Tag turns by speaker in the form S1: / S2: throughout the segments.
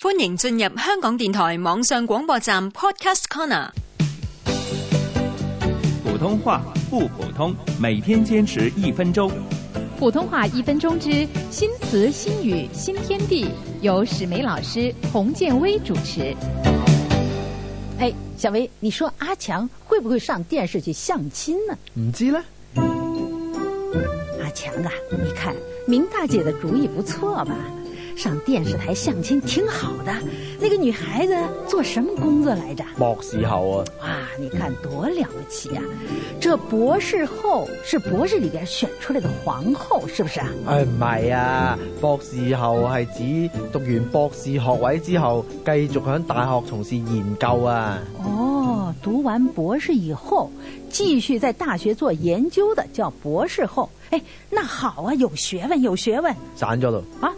S1: 歡迎進入香港電台網上廣播站 Podcast Corner。
S2: 普通話不普通，每天堅持一分鐘。
S3: 普通话一分钟之新词新语新天地，由史梅老师、洪建威主持。
S4: 哎，小薇，你说阿强会不会上电视去相亲呢？
S5: 唔知呢？
S4: 阿强啊，你看明大姐的主意不错吧？上电视台相亲挺好的。那个女孩子做什么工作来着？
S5: 博士後啊，
S4: 哇，你看多了不起呀、这博士后是博士里边选出来的皇后，是不是啊？
S5: 唉唔係啊，博士後係指讀完博士學位之後，繼續喺大學從事研究啊。
S4: 哦，读完博士以后，继续在大学做研究的叫博士后。哎，那好啊，有学问，有学问
S5: 散咗度，
S4: 啊！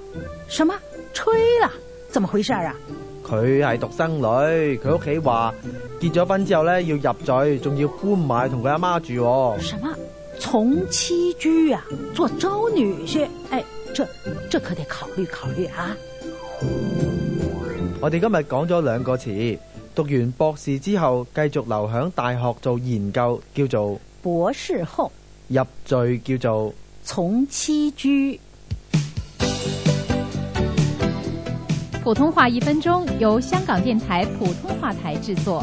S4: 什么？吹了？怎么回事儿啊？
S5: 佢係獨生女，佢屋企話結咗婚之後咧要入赘，仲要搬埋同佢阿媽住喎。
S4: 什么？从妻居啊，做招女婿？哎，这这可得考虑考虑啊！
S5: 我哋今日講咗兩個詞，讀完博士之後繼續留喺大學做研究，叫做
S4: 博士后，
S5: 入赘，叫做。
S4: 从妻居。
S3: 普通话一分钟由香港电台普通话台制作。